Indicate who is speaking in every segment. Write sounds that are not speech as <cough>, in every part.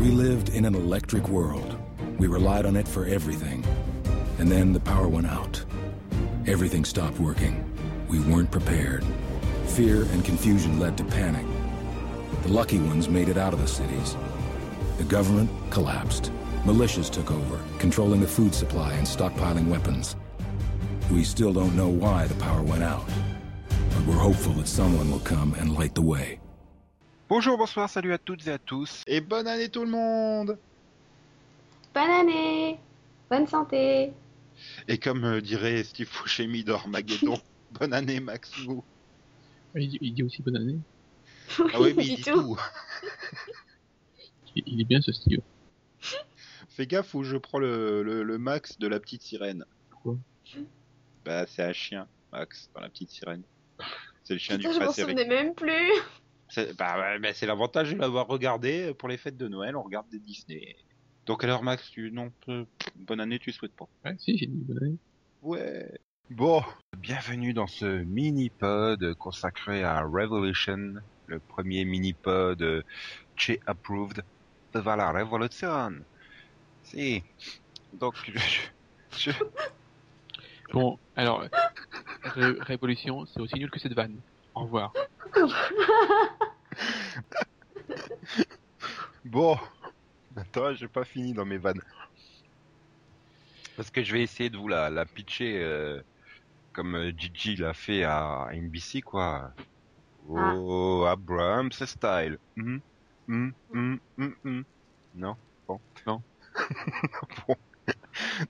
Speaker 1: We lived in an electric world. We relied on it for everything. And then the power went out. Everything stopped working. We weren't prepared. Fear and confusion led to panic. The lucky ones made it out of the cities. The government collapsed. Militias took over, controlling the food supply and stockpiling weapons. We still don't know why the power went out, but we're hopeful that someone will come and light the way.
Speaker 2: Bonjour, bonsoir, salut à toutes et à tous.
Speaker 3: Et bonne année tout le monde
Speaker 4: Bonne année Bonne santé
Speaker 3: Et comme euh, dirait Steve Fouchemi <laughs> d'Armageddon, bonne année Maxou
Speaker 5: Il dit, il dit aussi bonne année.
Speaker 3: Ah oui,
Speaker 4: <laughs>
Speaker 3: mais il dit
Speaker 4: tout.
Speaker 3: tout
Speaker 5: Il, il est bien ce Steve.
Speaker 3: Fais gaffe où je prends le, le, le Max de la petite sirène.
Speaker 5: Pourquoi
Speaker 3: Bah, c'est un chien, Max, dans la petite sirène. C'est le chien
Speaker 4: Putain,
Speaker 3: du
Speaker 4: je m'en
Speaker 3: pré-série.
Speaker 4: souvenais même plus
Speaker 3: C'est- Bah, ouais, mais c'est l'avantage de l'avoir regardé pour les fêtes de Noël, on regarde des Disney. Donc alors Max, tu non, euh, bonne année, tu souhaites pas.
Speaker 5: Ouais, Ah, si, j'ai dit bonne année.
Speaker 3: Ouais.
Speaker 2: Bon, bienvenue dans ce mini-pod consacré à Revolution, le premier mini-pod euh, Che Approved de la Revolution. Si. Donc, je- je-
Speaker 5: Bon, alors, Ré- Révolution, c'est aussi nul que cette vanne. Au revoir.
Speaker 2: bon, attends, j'ai pas fini dans mes vannes. Parce que je vais essayer de vous la, la pitcher euh, comme euh, Gigi l'a fait à NBC, quoi. Oh, Abraham, c'est style. Hmm, hmm, hmm, hmm, hmm. Non, bon, non. Bon.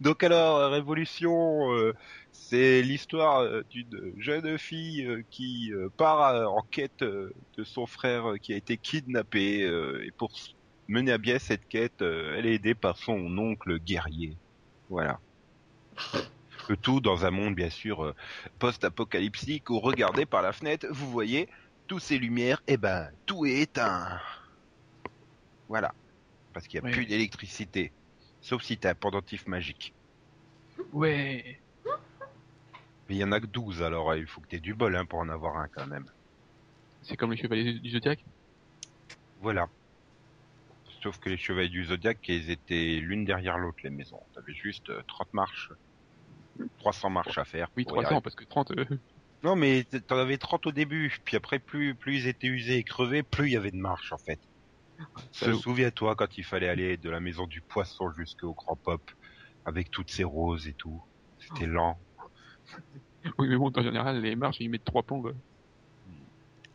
Speaker 2: Donc alors, euh, Révolution, euh, c'est l'histoire euh, d'une jeune fille euh, qui euh, part euh, en quête euh, de son frère euh, qui a été kidnappé euh, et pour s- mener à bien cette quête, euh, elle est aidée par son oncle guerrier. Voilà. Le tout dans un monde bien sûr euh, post-apocalyptique où regardez par la fenêtre, vous voyez toutes ces lumières, et ben tout est éteint. Voilà. Parce qu'il n'y a
Speaker 5: Ouais.
Speaker 2: plus d'électricité. Sauf si t'as un pendentif magique.
Speaker 5: Ouais.
Speaker 2: Mais il y en a que 12 alors euh, il faut que t'aies du bol hein, pour en avoir un quand même.
Speaker 5: C'est comme les chevaliers du- du Zodiac.
Speaker 2: Voilà. Sauf que les chevaliers du zodiaque, ils étaient l'une derrière l'autre les maisons. T'avais juste euh, 30 marches, 300 marches à faire.
Speaker 5: Oui,
Speaker 2: pour y
Speaker 5: 300, parce que 30, euh, <laughs>
Speaker 2: Non, mais t- t'en avais 30 au début, puis après, plus, plus ils étaient usés et crevés, plus il y avait de marche, en fait. Se
Speaker 5: Salaud.
Speaker 2: souviens-toi quand il fallait aller de la maison du poisson jusqu'au grand pop, avec toutes ces roses et tout. C'était lent.
Speaker 5: oui, mais bon, en général, les marches, ils mettent 3 plombes.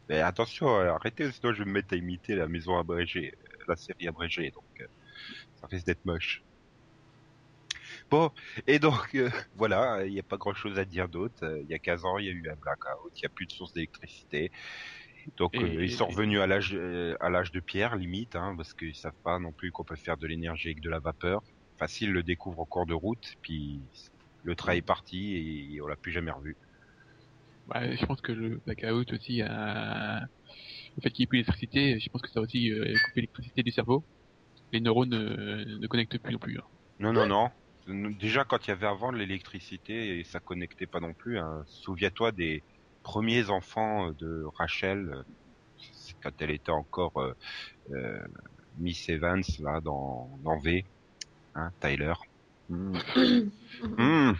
Speaker 2: Mais attention, euh, arrêtez, sinon je vais me mettre à imiter la maison abrégée, euh, la série abrégée, donc euh, ça risque d'être moche. Bon, et donc euh, <laughs> voilà, il n'y a pas grand-chose à dire d'autre. Euh, Il y a 15 ans, il y a eu un blackout, il n'y a plus de source d'électricité. Donc
Speaker 5: Et-
Speaker 2: euh, ils sont
Speaker 5: et-
Speaker 2: revenus à l'âge euh, à l'âge de pierre, limite, hein, parce qu'ils savent pas non plus qu'on peut faire de l'énergie avec de la vapeur. Enfin, s'ils le découvrent en cours de route, puis le
Speaker 5: Mm.
Speaker 2: train est parti et on l'a plus jamais revu.
Speaker 5: Bah, je pense que le blackout aussi a... Le fait qu'il n'y ait plus d'électricité, je pense que ça a aussi euh, coupé l'électricité du cerveau. Les neurones euh, ne connectent plus non plus. hein.
Speaker 2: Non, non, non. Nous- Déjà, quand il y avait avant de l'électricité, et ça connectait pas non plus. Hein. Souviens-toi des premiers enfants euh, de Rachel, euh, c'est quand elle était encore euh, euh, Miss Evans, là, dans, dans V, hein, Tyler. Mm. Mm.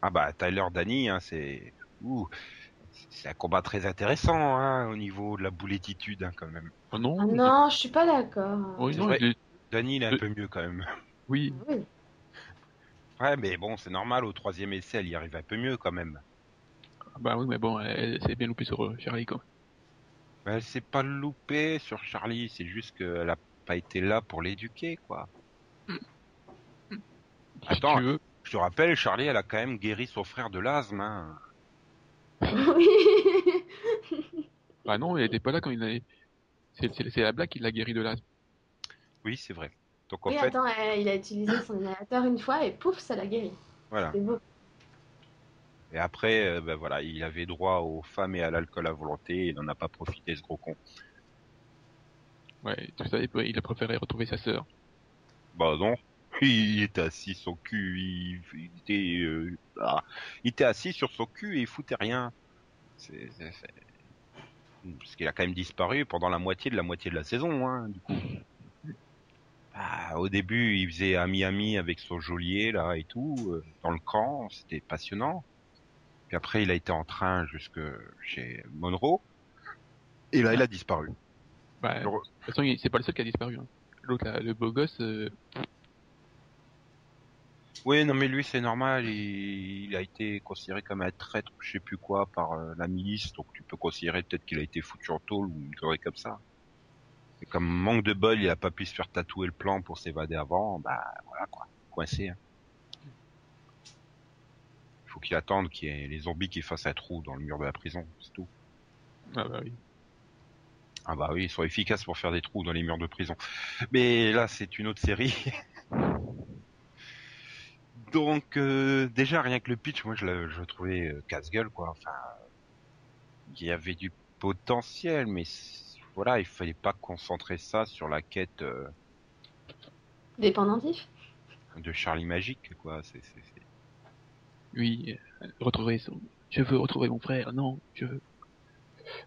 Speaker 2: Ah bah, Tyler Danny, hein, c'est... Ouh. C'est un combat très intéressant hein, au niveau de la boulettitude hein, quand même.
Speaker 5: Oh non
Speaker 4: Ah <laughs> Non, je suis pas d'accord.
Speaker 5: Oh,
Speaker 2: C'est
Speaker 5: non,
Speaker 2: vrai.
Speaker 5: il est-
Speaker 2: Danny, il est un
Speaker 5: Euh.
Speaker 2: peu mieux quand même.
Speaker 5: Oui,
Speaker 4: Oui.
Speaker 2: Ouais, mais bon, c'est normal. Au troisième essai, elle y arrive un peu mieux quand même.
Speaker 5: Ah bah oui, mais bon, elle, elle s'est bien loupée sur euh, Charlie, quoi.
Speaker 2: Bah, Elle s'est pas loupée sur Charlie, c'est juste qu'elle a pas été là pour l'éduquer, quoi. Attends.
Speaker 5: Si tu veux.
Speaker 2: Je te rappelle, Charlie, elle a quand même guéri son frère de l'asthme, hein.
Speaker 4: <laughs> Oui.
Speaker 5: Bah non, elle était pas là quand il avait... C'est c'est- c'est la blague qui l'a guéri de l'asthme.
Speaker 2: Oui, c'est vrai. Donc, en
Speaker 4: Oui,
Speaker 2: fait,
Speaker 4: attends, euh, il a utilisé son inhalateur une fois et pouf, ça l'a guéri.
Speaker 2: voilà.
Speaker 4: C'est beau.
Speaker 2: Et après, euh, ben voilà, il avait droit aux femmes et à l'alcool à volonté, et il n'en a pas profité, ce gros con.
Speaker 5: Ouais, tu savais, il a préféré retrouver sa sœur.
Speaker 2: Bah non. <laughs> Il était assis son cul, il, il était, euh, ah, il était assis sur son cul et il foutait rien. C'est, c'est- c'est- Parce qu'il a quand même disparu pendant la moitié de la moitié de la saison, hein, du coup. Ah, Bah, au début, il faisait ami-ami avec son geôlier, là, et tout, euh, dans le camp, c'était passionnant. Puis après, il a été en train jusque chez Monroe, et là, il a disparu.
Speaker 5: Bah, de
Speaker 2: Heureux.
Speaker 5: toute façon, il- c'est pas le seul qui a disparu. hein. L'autre, là, le beau gosse, euh,
Speaker 2: Oui, non, mais lui, c'est normal, il, il a été considéré comme un traître, je sais plus quoi, par euh, la milice, donc tu peux considérer peut-être qu'il a été foutu en tôle ou une connerie comme ça. Et comme manque de bol, il a pas pu se faire tatouer le plan pour s'évader avant, bah, voilà, quoi, coincé, hein. Faut qu'il attende qu'il y ait les zombies qui fassent un trou dans le mur de la prison, c'est tout.
Speaker 5: ah bah oui.
Speaker 2: Ah bah oui, ils sont efficaces pour faire des trous dans les murs de prison. Mais là, c'est une autre série. <laughs> Donc euh, déjà rien que le pitch, moi je le, je le trouvais euh, casse-gueule quoi. Enfin, il y avait du potentiel, mais c- voilà, il fallait pas concentrer ça sur la quête euh,
Speaker 4: Dépendantif
Speaker 2: de Charlie Magique quoi. C'est, c'est, c'est-
Speaker 5: Oui, euh, retrouver son. Je veux retrouver mon frère. Non, je veux.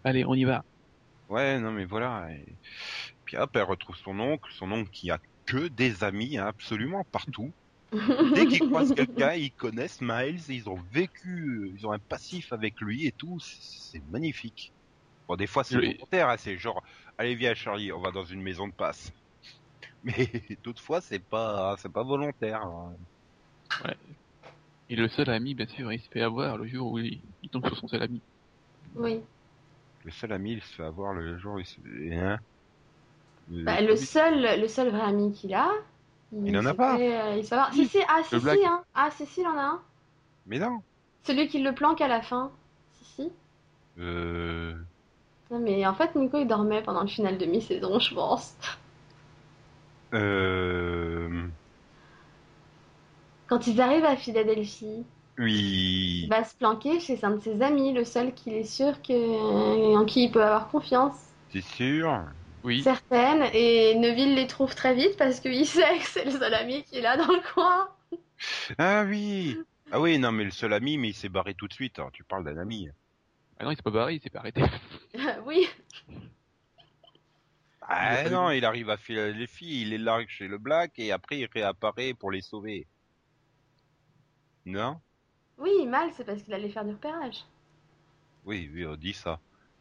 Speaker 5: Allez, on y va.
Speaker 2: Ouais, non mais voilà. Et... Puis hop, elle retrouve son oncle, son oncle qui a que des amis hein, absolument partout.
Speaker 4: <laughs>
Speaker 2: Dès qu'ils croisent quelqu'un, ils connaissent Miles, ils ont vécu, ils ont un passif avec lui et tout, c'est- c'est magnifique. Bon, des fois c'est
Speaker 5: Oui.
Speaker 2: volontaire, hein, c'est genre, allez viens Charlie, on va dans une maison de passe. <laughs> Mais d'autres fois c'est pas, c'est pas volontaire. hein.
Speaker 5: Et le seul ami, bien sûr, il se fait avoir le jour où il, il tombe sur son seul ami.
Speaker 4: Oui.
Speaker 2: Le seul ami, il se fait avoir le jour, où il se... et, hein, Euh, le-
Speaker 4: Bah, le seul, le seul vrai ami qu'il a.
Speaker 2: Il en a
Speaker 4: s'est
Speaker 2: pas.
Speaker 4: fait, euh, il s'est avoir- Si, si, ah, si,
Speaker 2: blague.
Speaker 4: si, hein. Ah, si, si, il en a un.
Speaker 2: Mais non.
Speaker 4: Celui qui le planque à la fin. Si, si.
Speaker 2: Euh...
Speaker 4: Non, mais en fait, Nico, il dormait pendant le final de mi-saison, je pense. <laughs>
Speaker 2: Euh...
Speaker 4: Quand ils arrivent à Philadelphie,
Speaker 2: Oui.
Speaker 4: il va se planquer chez un de ses amis, le seul qu'il est sûr que... euh, en qui il peut avoir confiance.
Speaker 2: C'est sûr.
Speaker 5: Oui,
Speaker 4: Certaines, et Neville les trouve très vite parce qu'il <laughs> sait que c'est le seul ami qu'il a dans le coin.
Speaker 2: Ah oui. Ah oui, non, mais le seul ami, mais il s'est barré tout de suite. hein. Tu parles d'un ami.
Speaker 5: ah non, il s'est pas barré, il s'est pas arrêté. <laughs>
Speaker 4: Euh, oui,
Speaker 5: Il a
Speaker 2: Ah
Speaker 5: pas
Speaker 2: non, il arrive à Philadelphie, il les largue chez le Black et après il réapparaît pour les sauver. Non
Speaker 4: oui, mal, c'est parce qu'il allait faire du repérage.
Speaker 2: Oui, oui, on dit ça.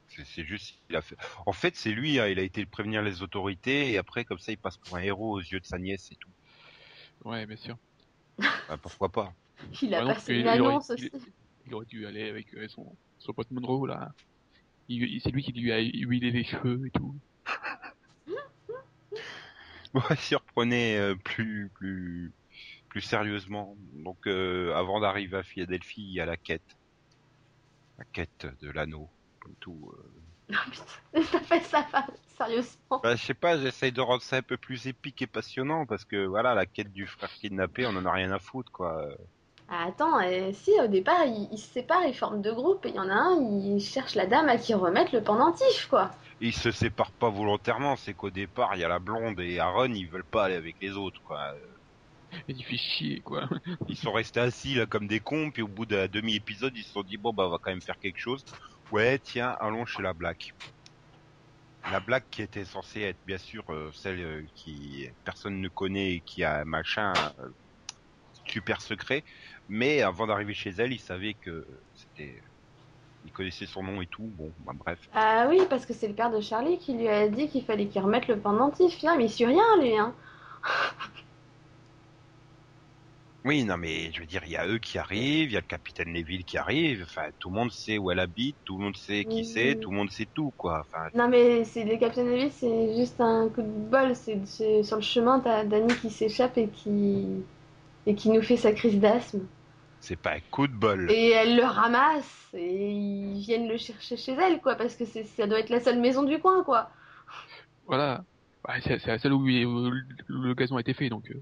Speaker 2: C'est c'est juste, il a fait. En fait, c'est lui, hein, il a été prévenir les autorités et après, comme ça, il passe pour un héros aux yeux de sa nièce et tout.
Speaker 5: Ouais, bien sûr. Bah
Speaker 2: Bah, pourquoi pas <laughs>
Speaker 4: Il a
Speaker 5: Par exemple,
Speaker 4: passé
Speaker 5: il-
Speaker 4: une
Speaker 5: il aurait-
Speaker 4: annonce
Speaker 5: il-
Speaker 4: aussi.
Speaker 5: Il aurait dû aller avec euh, son, son pote Monroe, là. Il- il- c'est lui qui lui a huilé les cheveux et tout.
Speaker 2: Bon, s'y reprenait euh, plus, plus, plus sérieusement. Donc, euh, avant d'arriver à Philadelphie, il y a la quête. La quête de l'anneau, comme tout. euh,
Speaker 4: Non, putain, <laughs> ça fait ça, pas- sérieusement.
Speaker 2: Bah, je sais pas, j'essaye de rendre ça un peu plus épique et passionnant parce que voilà, la quête du frère kidnappé, on en a rien à foutre quoi.
Speaker 4: Ah, attends, euh, si, au départ, ils, ils se séparent, ils forment deux groupes, et il y en a un, il cherche la dame à qui remettre le pendentif, quoi.
Speaker 2: Ils se séparent pas volontairement, c'est qu'au départ, il y a la blonde et Aaron, ils veulent pas aller avec les autres quoi.
Speaker 5: Et il fait chier, quoi. <laughs>
Speaker 2: Ils sont restés assis là comme des cons, puis au bout d'un demi-épisode, ils se sont dit bon bah on va quand même faire quelque chose. Ouais, tiens, allons chez la Black. La Black qui était censée être bien sûr euh, celle euh, qui personne ne connaît et qui a un machin euh, super secret, mais avant d'arriver chez elle, il savait que c'était il connaissait son nom et tout. Bon, bah bref.
Speaker 4: Ah oui, parce que c'est le père de Charlie qui lui a dit qu'il fallait qu'il remette le pendentif, hein, mais il suit rien, lui, hein.
Speaker 2: Oui, non, mais je veux dire, il y a eux qui arrivent, il y a le capitaine Neville qui arrive. Enfin, tout le monde sait où elle habite, tout le monde sait qui
Speaker 4: Oui.
Speaker 2: c'est, tout le monde sait tout, quoi. Enfin,
Speaker 4: Non mais c'est les Captain Davis, c'est juste un coup de bol. C'est c'est- sur le chemin, t'as Dany qui s'échappe et qui et qui nous fait sa crise d'asthme.
Speaker 2: c'est pas un coup de bol.
Speaker 4: Et elle le ramasse et ils viennent le chercher chez elle quoi, parce que c'est ça doit être la seule maison du coin quoi.
Speaker 5: Voilà. Bah, c'est c'est la seule où, il- où l'occasion a été faite, donc. euh,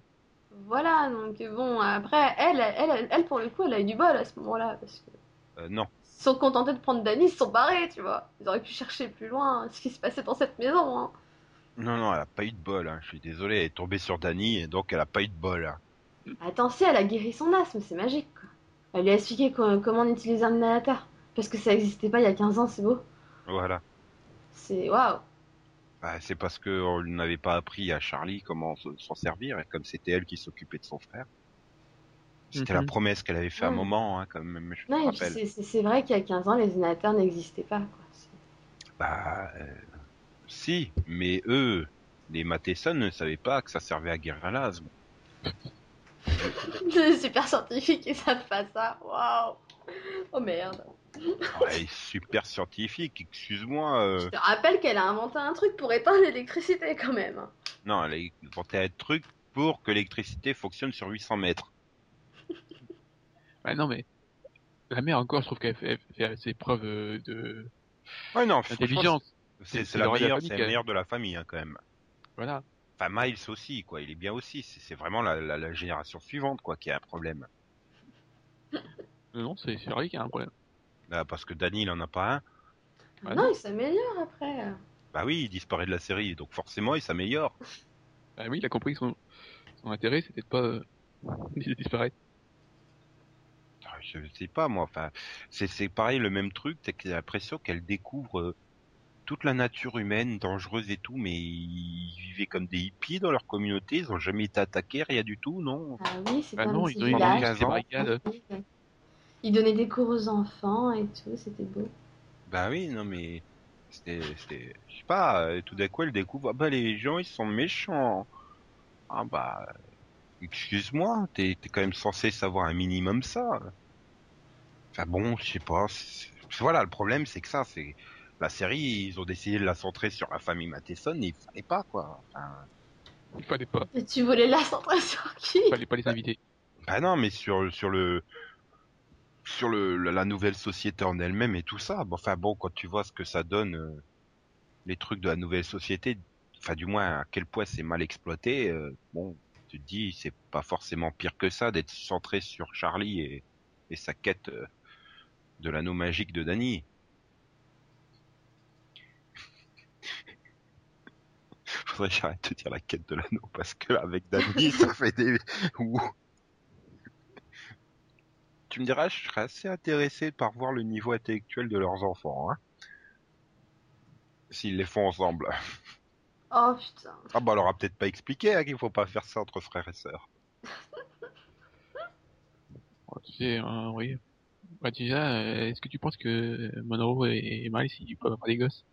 Speaker 4: Voilà donc bon après elle elle elle, elle, pour le coup elle a eu du bol à ce moment-là parce que
Speaker 2: Euh, non.
Speaker 4: ils sont contentés de prendre Dany, ils se sont barrés tu vois. Ils auraient pu chercher plus loin ce qui se passait dans cette maison. Hein.
Speaker 2: Non, non, elle a pas eu de bol, hein. je suis désolé, elle est tombée sur Dany, et donc elle a pas eu de bol. hein.
Speaker 4: Attends, si elle a guéri son asthme, c'est magique. Quoi. Elle lui a expliqué co- comment utiliser un inhalateur. Parce que ça n'existait pas il y a 15 ans, c'est beau.
Speaker 2: Voilà.
Speaker 4: C'est waouh.
Speaker 2: Bah, c'est parce que on n'avait pas appris à Charlie comment s- s'en servir, et comme c'était elle qui s'occupait de son frère. C'était la
Speaker 5: Mhm.
Speaker 2: promesse qu'elle avait fait à un
Speaker 4: Ouais.
Speaker 2: moment, hein, quand même, je me
Speaker 4: Non, et puis
Speaker 2: rappelle.
Speaker 4: c'est- c'est c'est vrai qu'il y a 15 ans, les inateurs n'existaient pas. Quoi. C'est-
Speaker 2: Bah, euh, si, mais eux, les Matheson ne savaient pas que ça servait à guérir l'asthme.
Speaker 4: Les <laughs> super scientifiques, ils savent pas ça. Waouh Oh merde.
Speaker 2: Ouais, super scientifique, excuse-moi. euh,
Speaker 4: Je te rappelle qu'elle a inventé un truc pour éteindre l'électricité quand même.
Speaker 2: Non, elle a inventé un truc pour que l'électricité fonctionne sur 800 mètres.
Speaker 5: Ouais, Bah, non, mais la mère, encore, je trouve qu'elle fait, elle fait ses preuves euh, de
Speaker 2: Ouais, non, franchement,
Speaker 5: d'intelligence.
Speaker 2: c'est-
Speaker 5: C'est-
Speaker 2: c'est
Speaker 5: c'est
Speaker 2: la
Speaker 5: l'oreille de la
Speaker 2: meilleure,
Speaker 5: panique,
Speaker 2: c'est la
Speaker 5: elle.
Speaker 2: meilleure de la famille, hein, quand même.
Speaker 5: Voilà.
Speaker 2: Enfin, Miles aussi, quoi. Il est bien aussi. C'est c'est vraiment la, la- la génération suivante, quoi, qui a un problème.
Speaker 5: Non, non, c'est Charlie qui a un problème.
Speaker 2: Là, Bah, parce que Danny, il en a pas un.
Speaker 5: Ah
Speaker 4: non,
Speaker 5: non.
Speaker 4: il s'améliore après.
Speaker 2: Bah oui, il disparaît de la série, donc forcément, il s'améliore.
Speaker 5: Bah oui, il a compris que son, son intérêt, c'était de pas euh, <laughs> de disparaître.
Speaker 2: Ah, Je sais pas, moi. Enfin, c'est c'est pareil, le même truc. C'est que j'ai l'impression qu'elle découvre euh, toute la nature humaine, dangereuse et tout, mais ils vivaient comme des hippies dans leur communauté. Ils ont jamais été attaqués, rien du tout, non
Speaker 4: Ah oui, c'était
Speaker 5: Bah
Speaker 4: un
Speaker 5: non,
Speaker 4: petit
Speaker 5: ils ont
Speaker 4: village.
Speaker 5: inventé
Speaker 2: village,
Speaker 5: ces
Speaker 2: hein.
Speaker 5: barricades.
Speaker 4: Il donnait des cours aux enfants et tout, c'était beau.
Speaker 2: Bah oui, non, mais c'était, c'était, je sais pas, euh, tout d'un coup elle découvre, ah bah les gens ils sont méchants. Ah bah, excuse-moi, t'es, t'es quand même censé savoir un minimum ça. Enfin bon, je sais pas, c'est- c'est- voilà, le problème c'est que ça, c'est, la série, ils ont décidé de la centrer sur la famille Matheson et il fallait pas quoi. Enfin,
Speaker 5: Il fallait pas.
Speaker 4: Et tu voulais la centrer sur qui
Speaker 5: Il fallait pas les inviter.
Speaker 2: bah non, mais sur, sur le, sur le, la la nouvelle société en elle-même et tout ça. Bon, enfin bon, quand tu vois ce que ça donne, euh, les trucs de la nouvelle société, enfin du moins à quel point c'est mal exploité, euh, bon, tu te dis c'est pas forcément pire que ça d'être centré sur Charlie et, et sa quête euh, de l'anneau magique de Danny. <laughs> Faudrait que j'arrête de dire la quête de l'anneau parce que là, avec Danny, ça fait des. Ouh. Tu me diras, je serais assez intéressé par voir le niveau intellectuel de leurs enfants, hein. S'ils les font ensemble.
Speaker 4: Oh putain.
Speaker 2: Ah bah, on leur a peut-être pas expliqué hein, qu'il faut pas faire ça entre frères et sœurs.
Speaker 5: Oh, tu sais, euh, oui. Bah déjà, euh, est-ce que tu penses que Monroe et, et Miles, ils peuvent avoir des gosses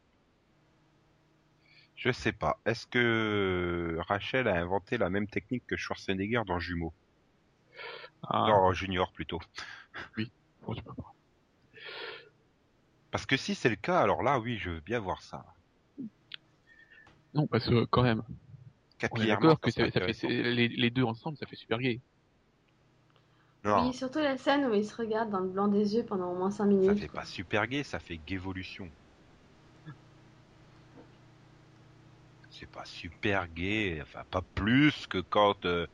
Speaker 2: Je sais pas. Est-ce que Rachel a inventé la même technique que Schwarzenegger dans Jumeaux
Speaker 5: ah,
Speaker 2: Non, Junior plutôt.
Speaker 5: bon, je sais pas.
Speaker 2: Parce que si c'est le cas, alors là, oui, je veux bien voir ça.
Speaker 5: Non, parce que quand même, on est
Speaker 2: Capillairement,
Speaker 5: d'accord que ça,
Speaker 2: serait
Speaker 5: ça fait,
Speaker 2: intéressant.
Speaker 5: c'est- les, les deux ensemble, ça fait super gay.
Speaker 2: Non,
Speaker 4: Oui, surtout la scène où ils se regardent dans le blanc des yeux pendant au moins 5 minutes.
Speaker 2: ça fait pas super gay, ça fait gayvolution. C'est pas super gay, enfin pas plus que quand euh,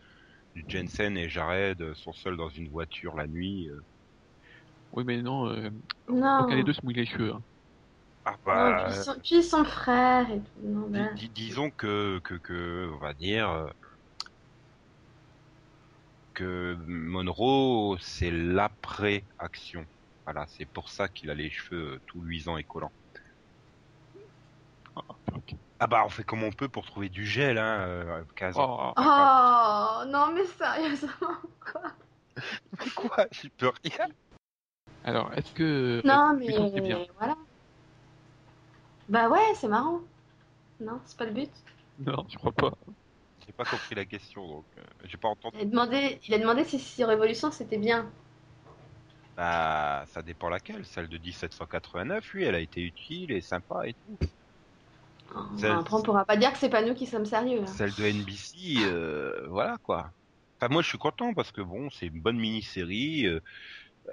Speaker 2: Jensen et Jared euh, sont seuls dans une voiture la nuit. euh.
Speaker 5: Oui, mais non, euh,
Speaker 4: Non.
Speaker 5: aucun des deux se mouille les cheveux. hein.
Speaker 2: Ah
Speaker 4: Non,
Speaker 2: bah,
Speaker 4: puis, son, puis son frère et tout. Non,
Speaker 2: Dis-
Speaker 4: bah.
Speaker 2: dis- disons que, que, que, on va dire, euh, que Monroe, c'est l'après-action. Voilà, c'est pour ça qu'il a les cheveux euh, tout luisants et collants.
Speaker 5: Oh, fuck.
Speaker 2: Ah bah, on fait comme on peut pour trouver du gel, hein, euh, 15 ans.
Speaker 5: Oh,
Speaker 4: Oh non mais
Speaker 5: <laughs>
Speaker 4: sérieusement quoi
Speaker 2: Mais quoi J'y peux rien
Speaker 5: Alors, est-ce que...
Speaker 4: Non
Speaker 5: est-ce
Speaker 4: mais
Speaker 5: que c'est bien
Speaker 4: voilà. Bah ouais c'est marrant. Non c'est pas le but.
Speaker 5: <laughs> Non, je crois pas.
Speaker 2: J'ai pas compris la question, donc euh, j'ai pas entendu.
Speaker 4: Il a demandé, il a demandé si, si Révolution c'était bien.
Speaker 2: Bah, ça dépend laquelle. Celle de 1789, oui, elle a été utile et sympa et tout.
Speaker 4: Oh,
Speaker 2: Celle-
Speaker 4: après on pourra pas dire que c'est pas nous qui sommes sérieux. hein. là.
Speaker 2: Celle de NBC, euh, voilà quoi. Enfin, moi je suis content parce que bon, c'est une bonne mini-série. Euh,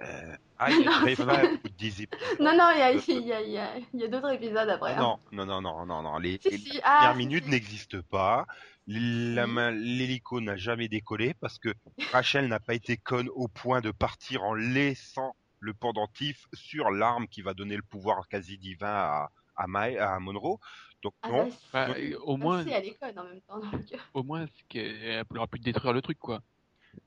Speaker 2: euh, ah, il y a
Speaker 4: <laughs> Non,
Speaker 2: des
Speaker 4: c'est-
Speaker 2: vrais au bout de 10 épisodes.
Speaker 4: Non non il y a, <laughs> il y a- il y a- il y a d'autres épisodes après. hein.
Speaker 2: Non, non, non, non, non, non. Les,
Speaker 4: Si
Speaker 2: les
Speaker 4: si Mm. ah.
Speaker 2: premières minutes n'existent pas. La
Speaker 4: Oui.
Speaker 2: main- L'hélico n'a jamais décollé parce que Rachel n'a pas été conne au point de partir en laissant le pendentif sur l'arme qui va donner le pouvoir quasi divin à, à, Mai- à Monroe. Donc
Speaker 4: Ah,
Speaker 2: non,
Speaker 4: bah, si,
Speaker 5: Bah,
Speaker 2: Donc,
Speaker 5: euh, au
Speaker 4: bah,
Speaker 5: moins,
Speaker 4: si, elle est conne en même temps donc.
Speaker 5: au moins, c'est qu'elle elle aura pu détruire le truc, quoi.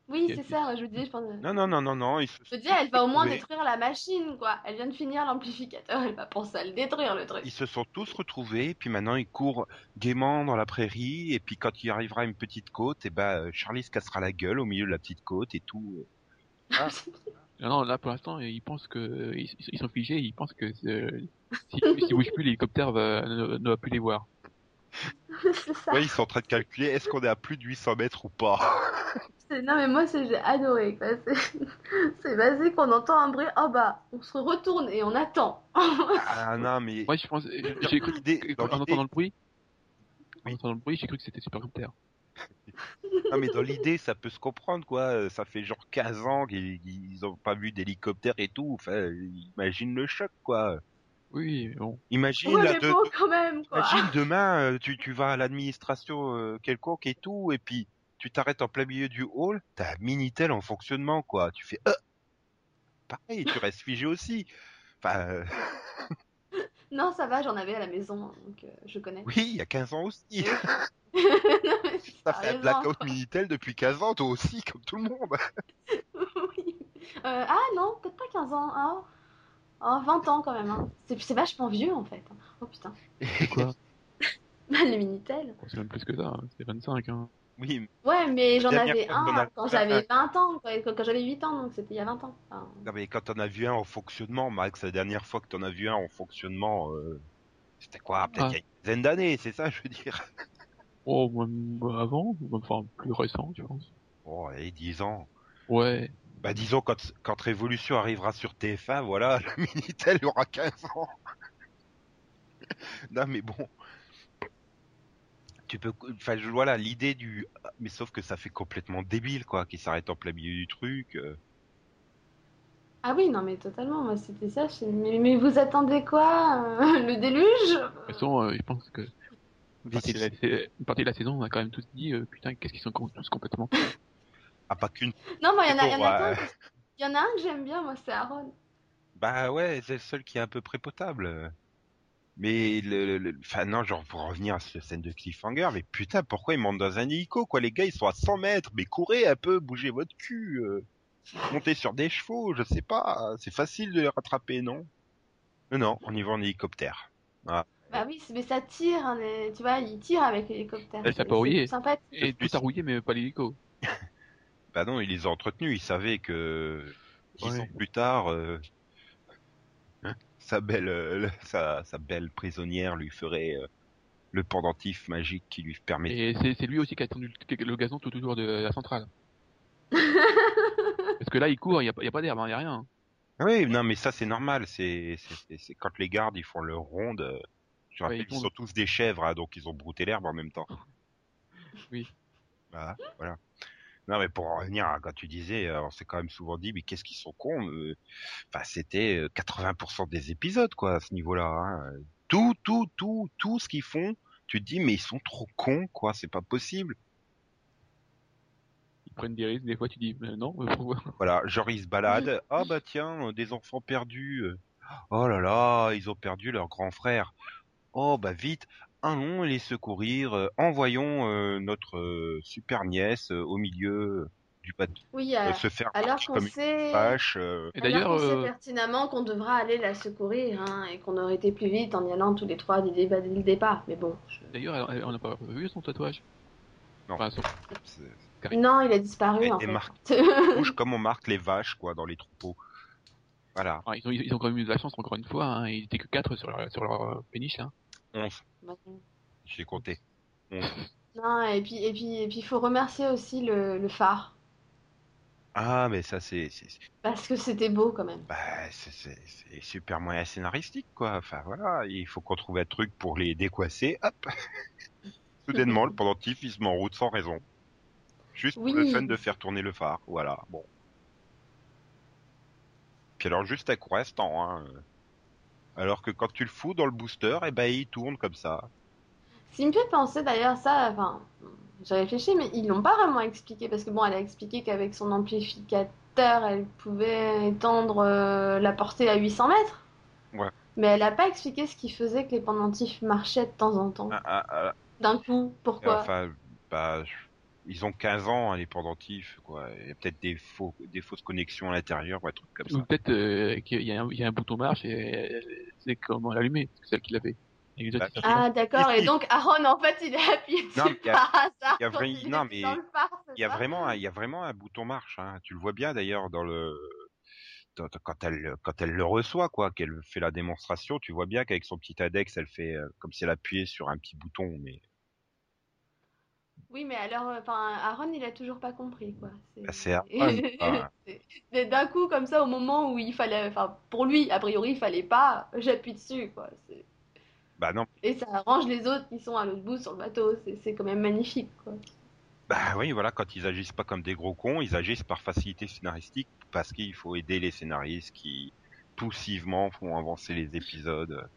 Speaker 4: Oui,
Speaker 5: Et-
Speaker 4: c'est ça, je vous disais, je pense.
Speaker 2: Non, non, non, non, non. Il se...
Speaker 4: Je veux dire, elle va au moins
Speaker 2: Oui.
Speaker 4: détruire la machine, quoi. Elle vient de finir l'amplificateur, elle va penser à le détruire, le truc.
Speaker 2: Ils se sont tous retrouvés, et puis maintenant ils courent gaiement dans la prairie, et puis quand il arrivera à une petite côte, et ben euh, Charlie se cassera la gueule au milieu de la petite côte et
Speaker 4: <laughs>
Speaker 2: tout. Ah.
Speaker 5: Non, non, là pour l'instant, ils pensent que ils, ils sont figés, ils pensent que euh, si- s'ils bougent plus, l'hélicoptère va, ne, ne va plus les voir.
Speaker 4: c'est ça.
Speaker 2: Ouais, ils sont en train de calculer est-ce qu'on est à plus de 800 mètres ou pas.
Speaker 4: C'est- Non, mais moi, c'est- j'ai adoré, quoi. C'est- <laughs> C'est basique, on entend un bruit, oh bah, on se retourne et on attend.
Speaker 2: <laughs> Ah non, mais
Speaker 5: Moi, je pense, euh, j'ai cru
Speaker 2: l'idée- dans
Speaker 5: en
Speaker 2: l'idée-
Speaker 5: entendant le bruit, en
Speaker 2: Oui.
Speaker 5: entendant le bruit, j'ai cru que c'était supercopter.
Speaker 2: non, mais dans l'idée, ça peut se comprendre quoi. Euh, Ça fait genre 15 ans qu'ils ils ont pas vu d'hélicoptère et tout. Enfin, imagine le choc quoi.
Speaker 5: Oui, mais bon.
Speaker 2: Imagine
Speaker 4: Ouais,
Speaker 2: la
Speaker 4: mais
Speaker 2: de-
Speaker 4: bon, quand même, quoi.
Speaker 2: Imagine demain, euh, tu, tu vas à l'administration euh, quelconque et tout, et puis tu t'arrêtes en plein milieu du hall, t'as un Minitel en fonctionnement, quoi. Tu fais euh, pareil, tu restes figé aussi. Enfin, euh,
Speaker 4: <laughs>
Speaker 2: <laughs>
Speaker 4: Non, ça va, j'en avais à la maison, donc euh, je connais.
Speaker 2: oui, il y a 15 ans <laughs> aussi.
Speaker 4: <laughs> non, mais
Speaker 2: T'as
Speaker 4: t'as
Speaker 2: fait un
Speaker 4: raison.
Speaker 2: blackout Minitel depuis 15 ans, toi aussi, comme tout le monde.
Speaker 4: <laughs>
Speaker 2: <laughs>
Speaker 4: Oui. Euh, ah non, peut-être pas 15 ans, hein. Ah, 20 ans quand même. Hein. C'est c'est vachement vieux en fait. Oh putain.
Speaker 2: <laughs>
Speaker 5: Quoi
Speaker 4: <laughs> Bah, le Minitel.
Speaker 5: Bon, C'est même plus que ça, hein, c'est 25. Hein.
Speaker 2: Oui,
Speaker 4: Ouais, mais j'en
Speaker 2: dernière
Speaker 4: avais
Speaker 2: fois qu'on
Speaker 4: un
Speaker 2: a-
Speaker 4: quand j'avais 20 ans, quoi, quand, quand j'avais 8 ans, donc c'était il y a 20 ans. Enfin,
Speaker 2: non, mais quand t'en as vu un en fonctionnement, Max, la dernière fois que t'en as vu un en fonctionnement, euh, c'était quoi Peut-être
Speaker 5: Ah.
Speaker 2: il y a une dizaine d'années, c'est ça, je veux dire.
Speaker 5: Oh, moi, moi, avant, enfin plus récent, je pense.
Speaker 2: Bon, Oh, allez, 10 ans.
Speaker 5: Ouais.
Speaker 2: Bah disons quand, quand Révolution arrivera sur TF1, voilà, <laughs> le Minitel aura 15 ans. non mais bon. Tu peux enfin je- voilà l'idée du mais sauf que ça fait complètement débile quoi qui s'arrête en plein milieu du truc. euh.
Speaker 4: Ah oui, non, mais totalement, moi c'était ça. je- Mais, mais vous attendez quoi euh, <laughs> Le déluge
Speaker 5: De toute façon, euh, je pense que une
Speaker 2: Mais
Speaker 5: partie, de la,
Speaker 2: c'est-
Speaker 5: c'est- une partie de la saison, on a quand même tous dit, euh, putain, qu'est-ce qu'ils sont con- tous complètement.
Speaker 2: Ah pas qu'une
Speaker 4: Non, moi il y en a, il y en a
Speaker 2: Bon,
Speaker 4: qu'un que- il y en a un que j'aime bien, moi c'est Aaron.
Speaker 2: bah ouais, c'est le seul qui est à peu près potable. Mais le, le- le- enfin non, genre pour revenir à cette scène de cliffhanger, mais putain, pourquoi ils montent dans un hélico quoi Les gars, ils sont à 100 mètres, mais courez un peu, bougez votre cul, euh, montez sur des chevaux, je sais pas, c'est facile de les rattraper, non Non, non, on y va en hélicoptère.
Speaker 4: Bah oui, c'est- mais ça tire, hein, les- tu vois, il tire avec l'hélicoptère.
Speaker 5: Elle, ça
Speaker 4: C'est-
Speaker 5: peut rouiller.
Speaker 4: c'est Sympa.
Speaker 5: Et tout a rouillé, mais pas l'hélico.
Speaker 2: Bah non, ils les ont entretenus, ils savaient que dix
Speaker 5: Ouais.
Speaker 2: ans plus tard, euh, hein, sa belle, euh, le- sa, sa belle prisonnière lui ferait euh, le pendentif magique qui lui permet
Speaker 5: Et c'est c'est lui aussi qui a tendu le- le gazon tout autour de la centrale. Parce que là, il court, il n'y a, pas- il y a pas d'herbe, il n'y a rien. hein.
Speaker 2: Ah Oui, non, mais ça c'est normal. C'est c'est- c'est- c'est quand les gardes ils font leur ronde. euh, Je
Speaker 5: Ouais,
Speaker 2: rappelle,
Speaker 5: ils
Speaker 2: ils sont
Speaker 5: tombent.
Speaker 2: tous des chèvres, hein, donc ils ont brouté l'herbe en même temps.
Speaker 5: <laughs> Oui.
Speaker 2: Voilà, voilà. Non, mais pour en revenir à quand tu disais, euh, on s'est quand même souvent dit, mais qu'est-ce qu'ils sont cons. euh, Enfin, c'était euh, 80% des épisodes, quoi, à ce niveau-là. hein. Tout, tout, tout, tout ce qu'ils font, tu te dis, mais ils sont trop cons, quoi. C'est pas possible.
Speaker 5: Ils prennent des risques, des fois tu dis, mais non, mais pourquoi <laughs>
Speaker 2: Voilà, genre ils se baladent. Ah bah tiens, euh, des enfants perdus. euh. Oh là là, ils ont perdu leur grand frère. Oh bah vite, allons les secourir. euh, Envoyons euh, notre euh, super nièce euh, au milieu du bateau
Speaker 4: Oui,
Speaker 2: euh,
Speaker 4: euh,
Speaker 2: se faire
Speaker 4: alors
Speaker 2: marcher
Speaker 4: qu'on
Speaker 2: comme une
Speaker 4: sait.
Speaker 2: vache.
Speaker 4: <laughs>
Speaker 2: euh.
Speaker 5: Et
Speaker 4: D'ailleurs,
Speaker 5: d'ailleurs,
Speaker 4: on sait
Speaker 5: euh,
Speaker 4: pertinemment qu'on devra aller la secourir hein, et qu'on aurait été plus vite en y allant tous les trois dès, le dé- dès le départ. Mais bon. je-
Speaker 5: d'ailleurs, elle- on n'a pas vu son tatouage.
Speaker 2: Non.
Speaker 5: Enfin, son-
Speaker 2: C'est
Speaker 5: Ah
Speaker 4: Non, il a disparu.
Speaker 2: Elle
Speaker 4: en
Speaker 2: était
Speaker 4: fait.
Speaker 2: marquée.
Speaker 4: <laughs>
Speaker 2: rouge comme on marque les vaches quoi dans les troupeaux. Voilà,
Speaker 5: enfin, ils, ont, ils ont quand même eu de la chance encore une fois. Hein. Ils étaient que 4 sur leur, sur leur euh, péniche. Hein.
Speaker 2: 11,
Speaker 4: non,
Speaker 2: j'ai compté.
Speaker 4: et puis et puis et puis il faut remercier aussi le, le phare
Speaker 2: Ah mais ça c'est c'est- c'est-
Speaker 4: parce que c'était beau quand même.
Speaker 2: bah, c'est- c'est c'est super moyen scénaristique quoi. Enfin voilà, il faut qu'on trouve un truc pour les décoasser. Hop. Soudainement, le pendentif, il se met en route sans raison. Juste pour
Speaker 4: Oui.
Speaker 2: le fun de faire tourner le phare. Voilà, bon. Puis alors, juste à court instant, hein. Alors que quand tu le fous dans le booster, eh ben, il tourne comme ça.
Speaker 4: Ce qui me fait penser d'ailleurs ça, enfin, j'ai réfléchi, mais ils l'ont pas vraiment expliqué parce que bon, elle a expliqué qu'avec son amplificateur, elle pouvait étendre euh, la portée à 800 mètres.
Speaker 2: Ouais.
Speaker 4: Mais elle a pas expliqué ce qui faisait que les pendentifs marchaient de temps en temps.
Speaker 2: Ah, ah, ah,
Speaker 4: D'un coup, pourquoi
Speaker 2: Enfin, bah, je- ils ont 15 ans hein, les pendentifs quoi. Il y a peut-être des faux des fausses connexions à l'intérieur ou un truc comme
Speaker 5: Ou
Speaker 2: ça.
Speaker 5: peut-être euh, qu'il y, a un- il y a un bouton marche et euh, c'est comment l'allumer, c'est celle qui l'avait. Et les autres,
Speaker 2: Bah,
Speaker 5: ils cherchent
Speaker 4: Ah, d'accord.
Speaker 2: <laughs>
Speaker 4: Et
Speaker 2: Ici.
Speaker 4: donc, Aaron, en fait, il a appuyé
Speaker 2: Non,
Speaker 4: dessus
Speaker 2: mais il y a-
Speaker 4: par hasard.
Speaker 2: il y a
Speaker 4: quand
Speaker 2: vrai-
Speaker 4: il
Speaker 2: non,
Speaker 4: était
Speaker 2: mais
Speaker 4: dans le phare, c'est
Speaker 2: Il y a
Speaker 4: ça
Speaker 2: vraiment un, il y a vraiment un bouton marche hein. Tu le vois bien d'ailleurs dans le dans- dans- quand elle quand elle le reçoit quoi, qu'elle fait la démonstration, tu vois bien qu'avec son petit index, elle fait euh, comme si elle appuyait sur un petit bouton mais
Speaker 4: Oui, mais alors, euh, enfin, Aaron, il a toujours pas compris, quoi.
Speaker 2: Bah, c'est
Speaker 4: <laughs>
Speaker 2: Aaron, quoi.
Speaker 4: C'est- c'est D'un coup, comme ça, au moment où il fallait, enfin, pour lui, a priori, il fallait pas, j'appuie dessus, quoi. C'est-
Speaker 2: bah non.
Speaker 4: Et ça arrange les autres qui sont à l'autre bout sur le bateau. C'est- C'est quand même magnifique, quoi.
Speaker 2: Bah oui, voilà, quand ils agissent pas comme des gros cons, ils agissent par facilité scénaristique parce qu'il faut aider les scénaristes qui poussivement font avancer les épisodes.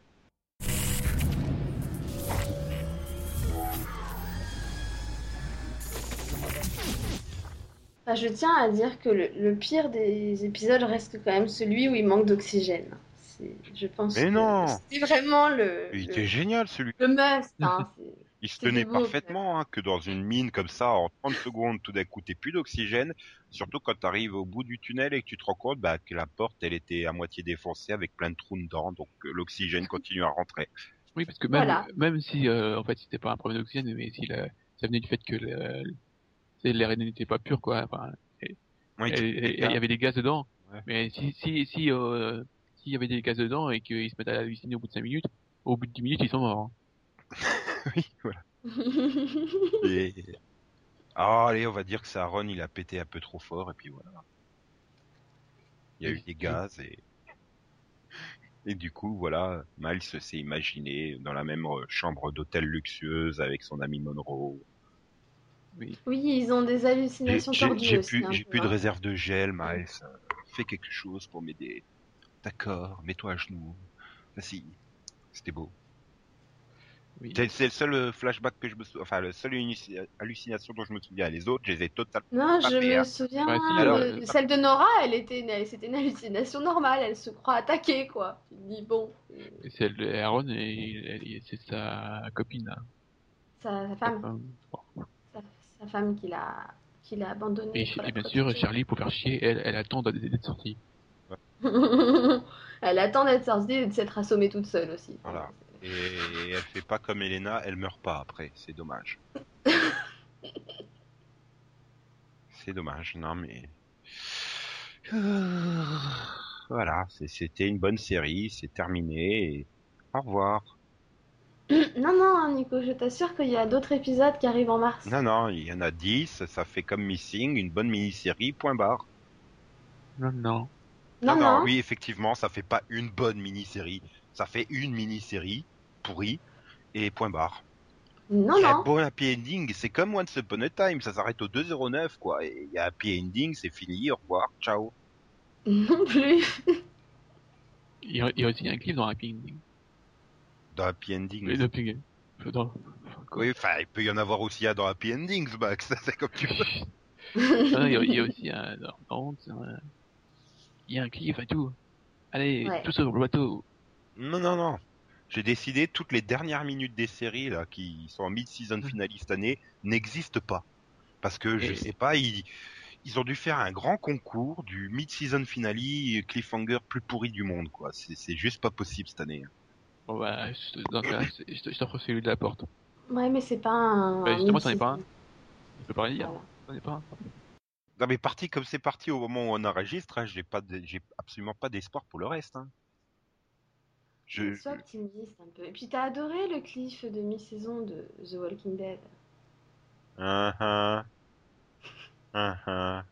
Speaker 4: Enfin, je tiens à dire que le, le pire des épisodes reste quand même celui où il manque d'oxygène. C'est- Je pense
Speaker 2: Mais
Speaker 4: que
Speaker 2: non
Speaker 4: c'est vraiment le,
Speaker 2: Il
Speaker 4: le,
Speaker 2: était génial celui.
Speaker 4: le must.
Speaker 2: <laughs>
Speaker 4: hein, c'est- <laughs>
Speaker 2: Il se
Speaker 4: C'était
Speaker 2: tenait
Speaker 4: beau,
Speaker 2: parfaitement hein, que dans une mine comme ça, en 30 secondes, tout d'un coup, t'es plus d'oxygène. Surtout quand t'arrives au bout du tunnel et que tu te rends compte bah, que la porte, elle était à moitié défoncée avec plein de trous dedans, donc euh,
Speaker 4: <laughs>
Speaker 2: l'oxygène continue à rentrer.
Speaker 5: Oui, parce que même,
Speaker 4: Voilà.
Speaker 5: même si, euh, en fait, c'était pas un problème d'oxygène, mais si la- ça venait du fait que le- le- c'est- l'air n'était pas pur, quoi. Enfin,
Speaker 2: Ouais,
Speaker 5: et-
Speaker 2: tu-
Speaker 5: et- et il y avait des gaz dedans.
Speaker 2: Ouais.
Speaker 5: Mais si, si, si, euh, s'il y avait des gaz dedans et qu'ils se mettent à halluciner au bout de 5 minutes, au bout de 10 minutes, ils sont morts. hein.
Speaker 2: oui, voilà. Et- Ah, allez, on va dire que Aaron, il a pété un peu trop fort, et puis voilà. Il y a eu des gaz, et... Et du coup, voilà, Miles s'est imaginé dans la même euh, chambre d'hôtel luxueuse avec son ami Monroe.
Speaker 4: Oui, ils ont des
Speaker 2: J'ai-
Speaker 4: hallucinations
Speaker 2: J'ai
Speaker 4: tordues
Speaker 2: j'ai
Speaker 4: aussi,
Speaker 2: plus,
Speaker 4: un
Speaker 2: j'ai
Speaker 4: peu,
Speaker 2: plus de
Speaker 4: hein.
Speaker 2: réserve de gel, Miles. Euh, Fais quelque chose pour m'aider. D'accord, mets-toi à genoux. Vas-y. C'était beau.
Speaker 5: Oui.
Speaker 2: C'est c'est le seul euh, flashback que je me souviens, enfin, le seul initia- hallucination dont je me souviens. Les autres, je les ai totalement.
Speaker 4: Non, je
Speaker 2: Ah, mais,
Speaker 4: me
Speaker 2: hein.
Speaker 4: souviens
Speaker 5: Bah, si,
Speaker 4: de-
Speaker 2: alors,
Speaker 4: de
Speaker 5: euh,
Speaker 4: celle de Nora, elle était, une- c'était une hallucination normale, elle se croit attaquée, quoi. Tu te dis, bon, euh,
Speaker 5: Et C'est le- Aaron et il- il- c'est sa copine. hein.
Speaker 4: sa, sa femme,
Speaker 5: Enfin, bon.
Speaker 4: sa, sa femme qui l'a, qui l'a abandonnée.
Speaker 5: et,
Speaker 4: pour la
Speaker 5: et bien sûr,
Speaker 4: protéger.
Speaker 5: Charlie, pour faire chier, elle, elle attend d'être d'être sortie.
Speaker 4: <laughs> elle attend d'être sortie et de s'être assommée toute seule aussi.
Speaker 2: Voilà. Et elle fait pas comme Elena, elle meurt pas après. C'est dommage. <laughs> C'est dommage, non mais. Ah, Voilà, c'est- c'était une bonne série, c'est terminé. et Au revoir.
Speaker 4: <clears throat> Non, non, Nico, je t'assure qu'il y a d'autres épisodes qui arrivent en mars.
Speaker 2: Non, non, il y en a 10, ça fait comme Missing, une bonne mini-série, point barre.
Speaker 5: Non, non.
Speaker 4: non, non.
Speaker 2: oui, effectivement, ça fait pas une bonne mini-série, ça fait une mini-série pourrie et point barre.
Speaker 4: non,
Speaker 2: Il y a
Speaker 4: non.
Speaker 2: bon happy ending, c'est comme Once Upon a Time, ça s'arrête au 2.09 quoi. Et Il y a happy ending, c'est fini, au revoir, ciao.
Speaker 4: <laughs> Non plus.
Speaker 5: Il y a, il y a aussi un clip dans Happy Ending.
Speaker 2: Dans happy ending.
Speaker 5: Et Happy Ending. Dans-
Speaker 2: Oui, enfin, il peut y en avoir aussi un dans happy endings, Max, <laughs> c'est comme tu veux.
Speaker 5: Ah, il, y a, il y a aussi un. non, par contre, c'est un- euh, Il y a un cliff à tout. Allez,
Speaker 4: Ouais.
Speaker 5: tous sur le bateau.
Speaker 2: Non, non, non. J'ai décidé toutes les dernières minutes des séries là qui sont en mid-season finale cette année n'existent pas parce que je
Speaker 5: Et-
Speaker 2: sais pas ils ils ont dû faire un grand concours du mid-season finale cliffhanger plus pourri du monde quoi. C'est c'est juste pas possible cette année. hein.
Speaker 5: Bon, bah, je te- dans ce cas-là, je te- je te- je t'offre celui de la porte.
Speaker 4: Ouais, mais c'est pas un.
Speaker 5: Bah, justement,
Speaker 4: ça
Speaker 5: c'en est pas un. hein. Je peux pas rien dire.
Speaker 4: Voilà.
Speaker 5: J'en ai pas un.
Speaker 2: Non mais parti comme c'est parti au moment où on enregistre, hein, j'ai pas de- j'ai absolument pas d'espoir pour le reste. hein. Je,
Speaker 4: Sois optimiste un peu. Et puis t'as adoré le cliff de mi-saison de The Walking Dead.
Speaker 2: Hein, hein. Hein, hein.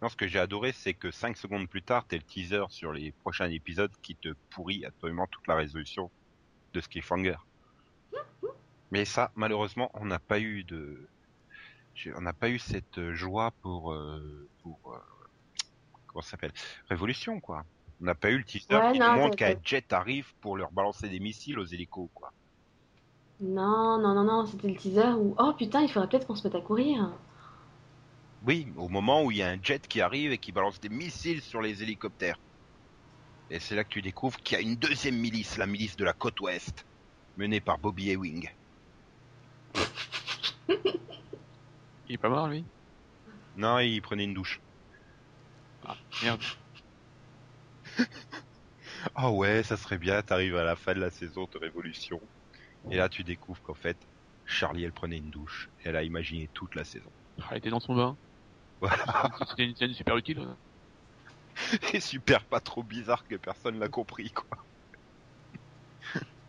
Speaker 2: Non, ce que j'ai adoré, c'est que 5 secondes plus tard, t'es le teaser sur les prochains épisodes qui te pourrit absolument toute la résolution de Cliffhanger. Mais ça, malheureusement, on n'a pas eu de, j'ai- on n'a pas eu cette joie pour, euh, pour, euh, comment ça s'appelle, Révolution, quoi. On n'a pas eu le teaser
Speaker 4: Ouais,
Speaker 2: qui
Speaker 4: non, euh
Speaker 2: nous montre
Speaker 4: t'as-
Speaker 2: qu'un jet arrive pour leur balancer des missiles aux hélicos, quoi.
Speaker 4: Non, non, non, non, c'était le teaser où oh putain, il faudrait peut-être qu'on se mette à courir.
Speaker 2: Oui, au moment où il y a un jet qui arrive et qui balance des missiles sur les hélicoptères. Et c'est là que tu découvres qu'il y a une deuxième milice, la milice de la côte ouest, menée par Bobby Ewing.
Speaker 5: Il est pas mort, lui
Speaker 2: Non, il prenait une douche.
Speaker 5: Ah, merde.
Speaker 2: <laughs> Ah ouais, ça serait bien, t'arrives à la fin de la saison de Révolution. Et là, tu découvres qu'en fait, Charlie, elle prenait une douche. Et elle a imaginé toute la saison.
Speaker 5: Ah, il était dans son bain.
Speaker 2: Voilà.
Speaker 5: C'était une scène super utile. hein. ça.
Speaker 2: <laughs> C'est super pas trop bizarre que personne l'a compris, quoi. <laughs>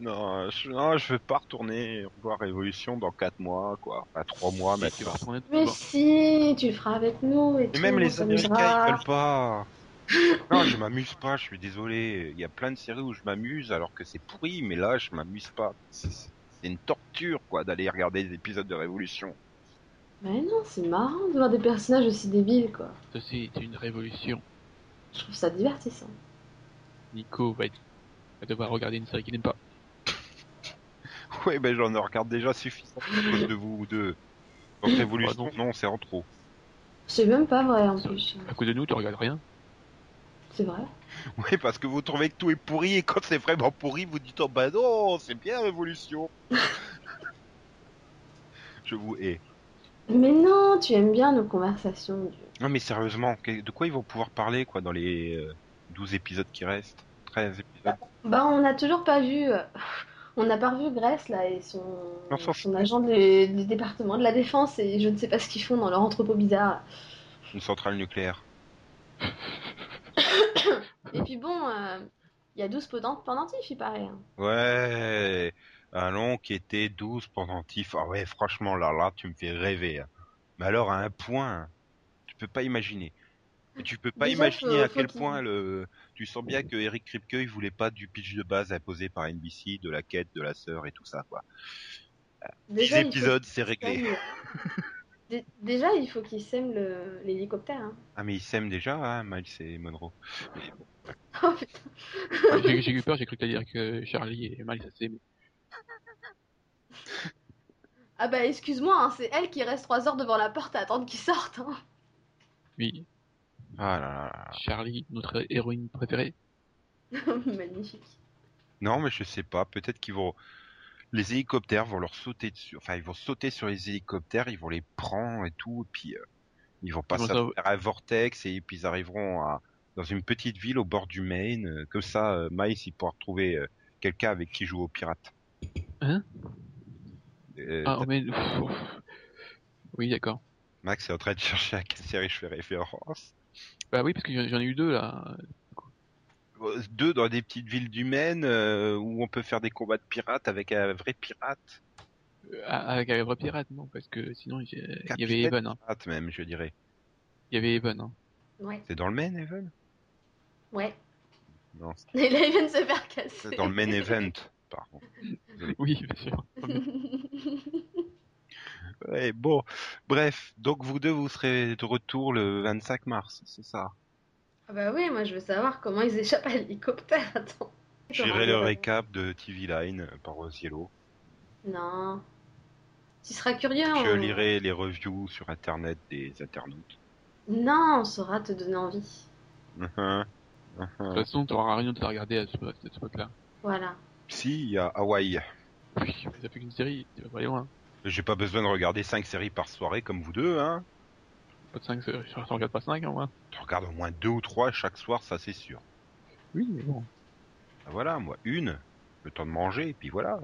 Speaker 2: non, je, non, je veux pas retourner voir Révolution dans 4 mois, quoi. Enfin, 3 mois
Speaker 5: Si, tu
Speaker 2: maintenant.
Speaker 5: vas retourner
Speaker 4: Mais
Speaker 5: dedans.
Speaker 4: si, tu le feras avec nous.
Speaker 2: Ah
Speaker 4: Et,
Speaker 2: Et
Speaker 4: tout,
Speaker 2: même
Speaker 4: on
Speaker 2: les
Speaker 4: s'amusera.
Speaker 2: Américains, ils veulent pas. Non, je m'amuse pas, je suis désolé. Il y a plein de séries où je m'amuse alors que c'est pourri, mais là, je m'amuse pas. C'est c'est une torture, quoi, d'aller regarder des épisodes de Révolution. <laughs>
Speaker 4: Mais non, c'est marrant de voir des personnages aussi débiles, quoi.
Speaker 5: Ceci était une révolution.
Speaker 4: Je trouve ça divertissant.
Speaker 5: Nico va, être- va devoir regarder une série qu'il n'aime pas.
Speaker 2: Ouais, ben j'en regarde déjà suffisamment à cause de vous deux. Donc Révolution,
Speaker 5: Ah,
Speaker 2: non, c'est en trop.
Speaker 4: Je sais même pas vrai en plus.
Speaker 5: À cause de nous, tu regardes
Speaker 4: <laughs>
Speaker 5: rien.
Speaker 4: C'est vrai.
Speaker 2: Oui, parce que vous trouvez que tout est pourri et quand c'est vraiment pourri, vous dites oh bah non, c'est bien <laughs> Révolution. je vous hais.
Speaker 4: Mais non, tu aimes bien nos conversations. Dieu.
Speaker 2: Non mais sérieusement, que- de quoi ils vont pouvoir parler quoi dans les euh, 12 épisodes qui restent 13 épisodes
Speaker 4: Bah, on n'a toujours pas vu. euh, <laughs> On n'a pas revu Grèce là et son,
Speaker 2: On s'en
Speaker 4: son agent du, du département de la défense et je ne sais pas ce qu'ils font dans leur entrepôt bizarre.
Speaker 2: Une centrale nucléaire.
Speaker 4: Et puis bon, euh, il y a 12 pendant- pendentifs, il paraît. hein.
Speaker 2: Ouais Allons qui était 12 pendentifs. Ah ouais, franchement, là, là, tu me fais rêver. hein. Mais alors, à un point, tu peux pas imaginer. Et Tu peux pas
Speaker 4: Déjà,
Speaker 2: imaginer
Speaker 4: faut-
Speaker 2: à
Speaker 4: faut
Speaker 2: quel
Speaker 4: qu'il-
Speaker 2: point le... tu sens bien que Eric Kripke, il voulait pas du pitch de base imposé par NBC, de la quête de la sœur et tout ça, quoi. Six
Speaker 4: il faut
Speaker 2: épisodes, c'est
Speaker 4: qu'ils
Speaker 2: réglé.
Speaker 4: sèment- Dé- Déjà, il faut qu'ils sèment le- l'hélicoptère. hein.
Speaker 2: Ah, mais ils s'aiment déjà, hein, Miles et Monroe.
Speaker 4: Oh putain.
Speaker 5: Ouais, J'ai j'ai eu peur, j'ai cru que t'allais dire que Charlie et Mal, ça s'est aimé.
Speaker 4: Ah bah excuse-moi, hein, c'est elle qui reste 3 heures devant la porte à attendre qu'ils sortent. hein. <laughs>
Speaker 5: Oui,
Speaker 2: Ah là là là.
Speaker 5: Charlie, notre héroïne préférée.
Speaker 4: Magnifique.
Speaker 2: Non, mais je sais pas. Peut-être qu'ils vont. Les hélicoptères vont leur sauter dessus. Enfin, ils vont sauter sur les hélicoptères, ils vont les prendre et tout, et puis euh, ils vont passer
Speaker 5: vont
Speaker 2: à travers un vortex et puis ils arriveront à dans une petite ville au bord du Maine. euh, Comme ça, euh, Miles il pourra retrouver euh, quelqu'un avec qui jouer aux pirates.
Speaker 5: Hein
Speaker 2: Euh,
Speaker 5: Ah, mais. pff, ouf. Oui, d'accord.
Speaker 2: Max est en train de chercher à quelle série je fais référence.
Speaker 5: Bah oui, parce que j'en j'en ai eu deux là.
Speaker 2: Euh, Deux dans des petites villes du Maine euh, où on peut faire des combats de pirates avec un vrai pirate.
Speaker 5: Euh, Avec un vrai pirate, non, parce que sinon j'ai- il y
Speaker 2: Capitaine
Speaker 5: avait Evan. Hein.
Speaker 2: Pirate même, je dirais.
Speaker 5: Il y avait Evan. Hein. <laughs>
Speaker 4: Ouais,
Speaker 2: C'est dans le Maine, Evan
Speaker 4: ouais.
Speaker 2: Non,
Speaker 4: Et là, il vient de se faire casser.
Speaker 2: C'est dans le main event, pardon.
Speaker 5: Oui, bien sûr.
Speaker 4: <laughs>
Speaker 2: Ouais, bon, bref, donc vous deux, vous serez de retour le 25 mars, c'est ça
Speaker 4: Ah bah oui, moi je veux savoir comment ils échappent à l'hélicoptère. <laughs> Attends.
Speaker 2: J'irai le récap de TV Line euh, par Osiello.
Speaker 4: Non. Tu seras curieux.
Speaker 2: Je
Speaker 4: on-
Speaker 2: lirai les reviews sur Internet des internautes. <laughs>
Speaker 4: Non, on saura te donner envie.
Speaker 2: Uhum,
Speaker 5: De
Speaker 2: uhum.
Speaker 5: toute façon, t'auras rien d'autre à regarder à ce- à cette époque-là.
Speaker 4: Voilà.
Speaker 2: Si, il y a Hawaï.
Speaker 5: Oui, mais ça fait qu'une série, tu vas pas aller loin.
Speaker 2: J'ai pas besoin de regarder 5 séries par soirée comme vous deux, hein
Speaker 5: Pas de 5, je regarde pas hein, 5 en moins.
Speaker 2: Tu regardes au moins deux ou trois chaque soir, ça c'est sûr.
Speaker 5: Oui, mais bon.
Speaker 2: Ah, Voilà, moi, une, le temps de manger, et puis voilà.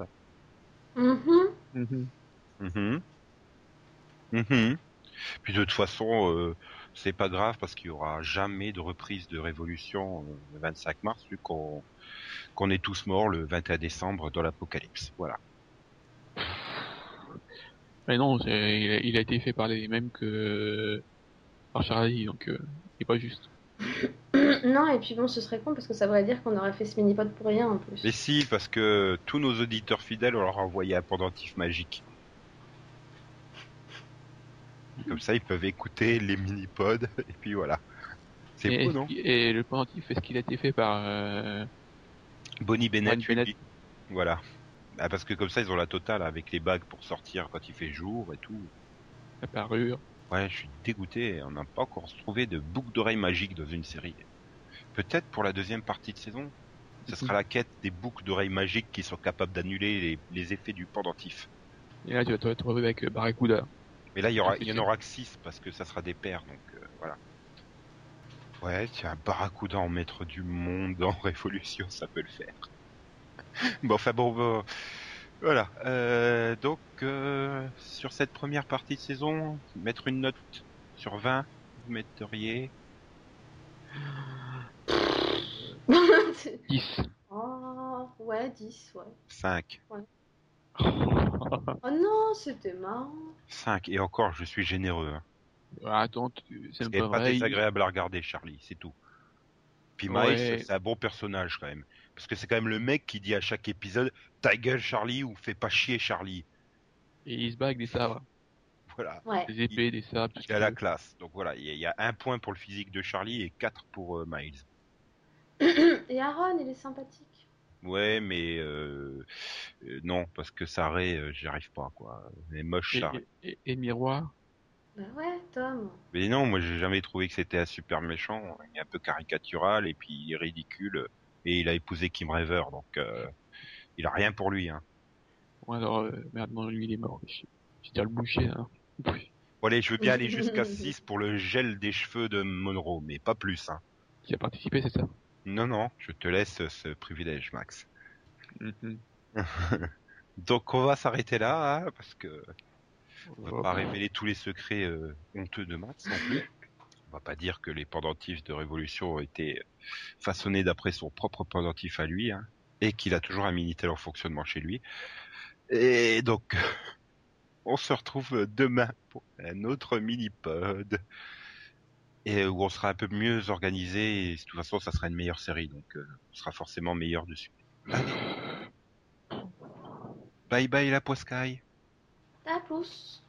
Speaker 4: Mhm.
Speaker 2: Mhm. Mhm. Puis de toute façon, euh, c'est pas grave parce qu'il y aura jamais de reprise de Révolution euh, le 25 mars vu qu'on qu'on est tous morts le 21 décembre dans l'apocalypse. Voilà.
Speaker 5: Mais non, c'est- il a, il a été fait par les mêmes que par Charlie, donc euh, c'est pas juste.
Speaker 4: <clears throat> non, et puis bon, ce serait con parce que ça voudrait dire qu'on aurait fait ce mini-pod pour rien en plus.
Speaker 2: Mais si, parce que tous nos auditeurs fidèles, on leur a envoyé un pendentif magique. Comme ça, ils peuvent écouter les mini-pods et puis voilà. C'est
Speaker 5: Et,
Speaker 2: beau, non
Speaker 5: est-ce qu'il- et le pendentif, est-ce qu'il a été fait par euh,
Speaker 2: Bonnie Bennett.
Speaker 5: Bonnie Bennett.
Speaker 2: lui. Voilà. Ah, parce que comme ça, ils ont la totale avec les bagues pour sortir quand il fait jour et tout.
Speaker 5: la parure
Speaker 2: Ouais, je suis dégoûté. On n'a pas encore trouvé de boucle d'oreille magique dans une série. Peut-être pour la deuxième partie de saison. Ce sera la quête des boucles d'oreilles magiques qui sont capables d'annuler les, les effets du pendentif.
Speaker 5: Et là, tu vas te retrouver avec euh, Barracuda.
Speaker 2: Mais là, il y, aura, il y en
Speaker 5: Compliqué.
Speaker 2: aura que 6 parce que ça sera des paires, donc euh, voilà. Ouais, tiens, Barracuda en maître du monde en <laughs> révolution, ça peut le faire. <laughs> bon, enfin bon, bon. voilà. Euh, donc, euh, sur cette première partie de saison, mettre une note sur 20, vous metteriez
Speaker 5: Dix.
Speaker 4: <laughs> oh, ouais, 10, ouais.
Speaker 2: 5.
Speaker 4: Oh non, c'était marrant.
Speaker 2: 5, et encore, je suis généreux. Hein.
Speaker 5: Ah, Attends, tu- c'est
Speaker 2: Et
Speaker 5: même
Speaker 2: pas,
Speaker 5: pas vrai. il-
Speaker 2: désagréable à regarder, Charlie, c'est tout. Puis Miles,
Speaker 5: Ouais.
Speaker 2: c'est un bon personnage quand même. Parce que c'est quand même le mec qui dit à chaque épisode Ta gueule, Charlie, ou fais pas chier, Charlie.
Speaker 5: Et il se bat avec des sabres,
Speaker 2: Voilà.
Speaker 4: Ouais. <clears throat>
Speaker 5: des épées, des sabres. tout ce
Speaker 2: Il a la
Speaker 5: que-
Speaker 2: classe. Donc voilà, il y, a- il y a un point pour le physique de Charlie et quatre pour euh, Miles.
Speaker 4: Et Aaron, il est sympathique.
Speaker 2: Ouais, mais euh, euh, non, parce que Saré, euh, j'y arrive pas, quoi. C'est moche, Saré.
Speaker 5: Et, et- et le miroir.
Speaker 4: Bah ouais, Tom.
Speaker 2: Mais non, moi j'ai jamais trouvé que c'était un super méchant. Il est un peu caricatural et puis il est ridicule. Et il a épousé Kim Raver, donc euh, il a rien pour lui. Hein.
Speaker 5: Bon, alors, euh, merde, non, lui, il est mort. Je- J'étais à le boucher, hein. Oui.
Speaker 2: Bon allez, je veux bien aller jusqu'à 6 pour le gel des cheveux de Monroe, mais pas plus. Hein.
Speaker 5: Qui a participé, c'est ça
Speaker 2: Non, non, je te laisse ce privilège, Max.
Speaker 5: Mhm.
Speaker 2: Donc on va s'arrêter là, hein, parce que on va
Speaker 5: Hop.
Speaker 2: pas révéler tous les secrets euh, honteux de Max non plus. On va pas dire que les pendentifs de Révolution ont été façonnés d'après son propre pendentif à lui, hein, et qu'il a toujours un Minitel en fonctionnement chez lui. Et donc, <laughs> on se retrouve demain pour un autre mini-pod, et où on sera un peu mieux organisé, et de toute façon, ça sera une meilleure série, donc euh, on sera forcément meilleur dessus. Bye bye la poiscaille
Speaker 4: À plus.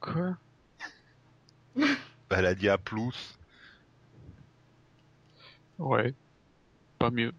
Speaker 5: Quoi
Speaker 2: Bah, Elle a dit à plus
Speaker 5: Ouais. Pas mieux.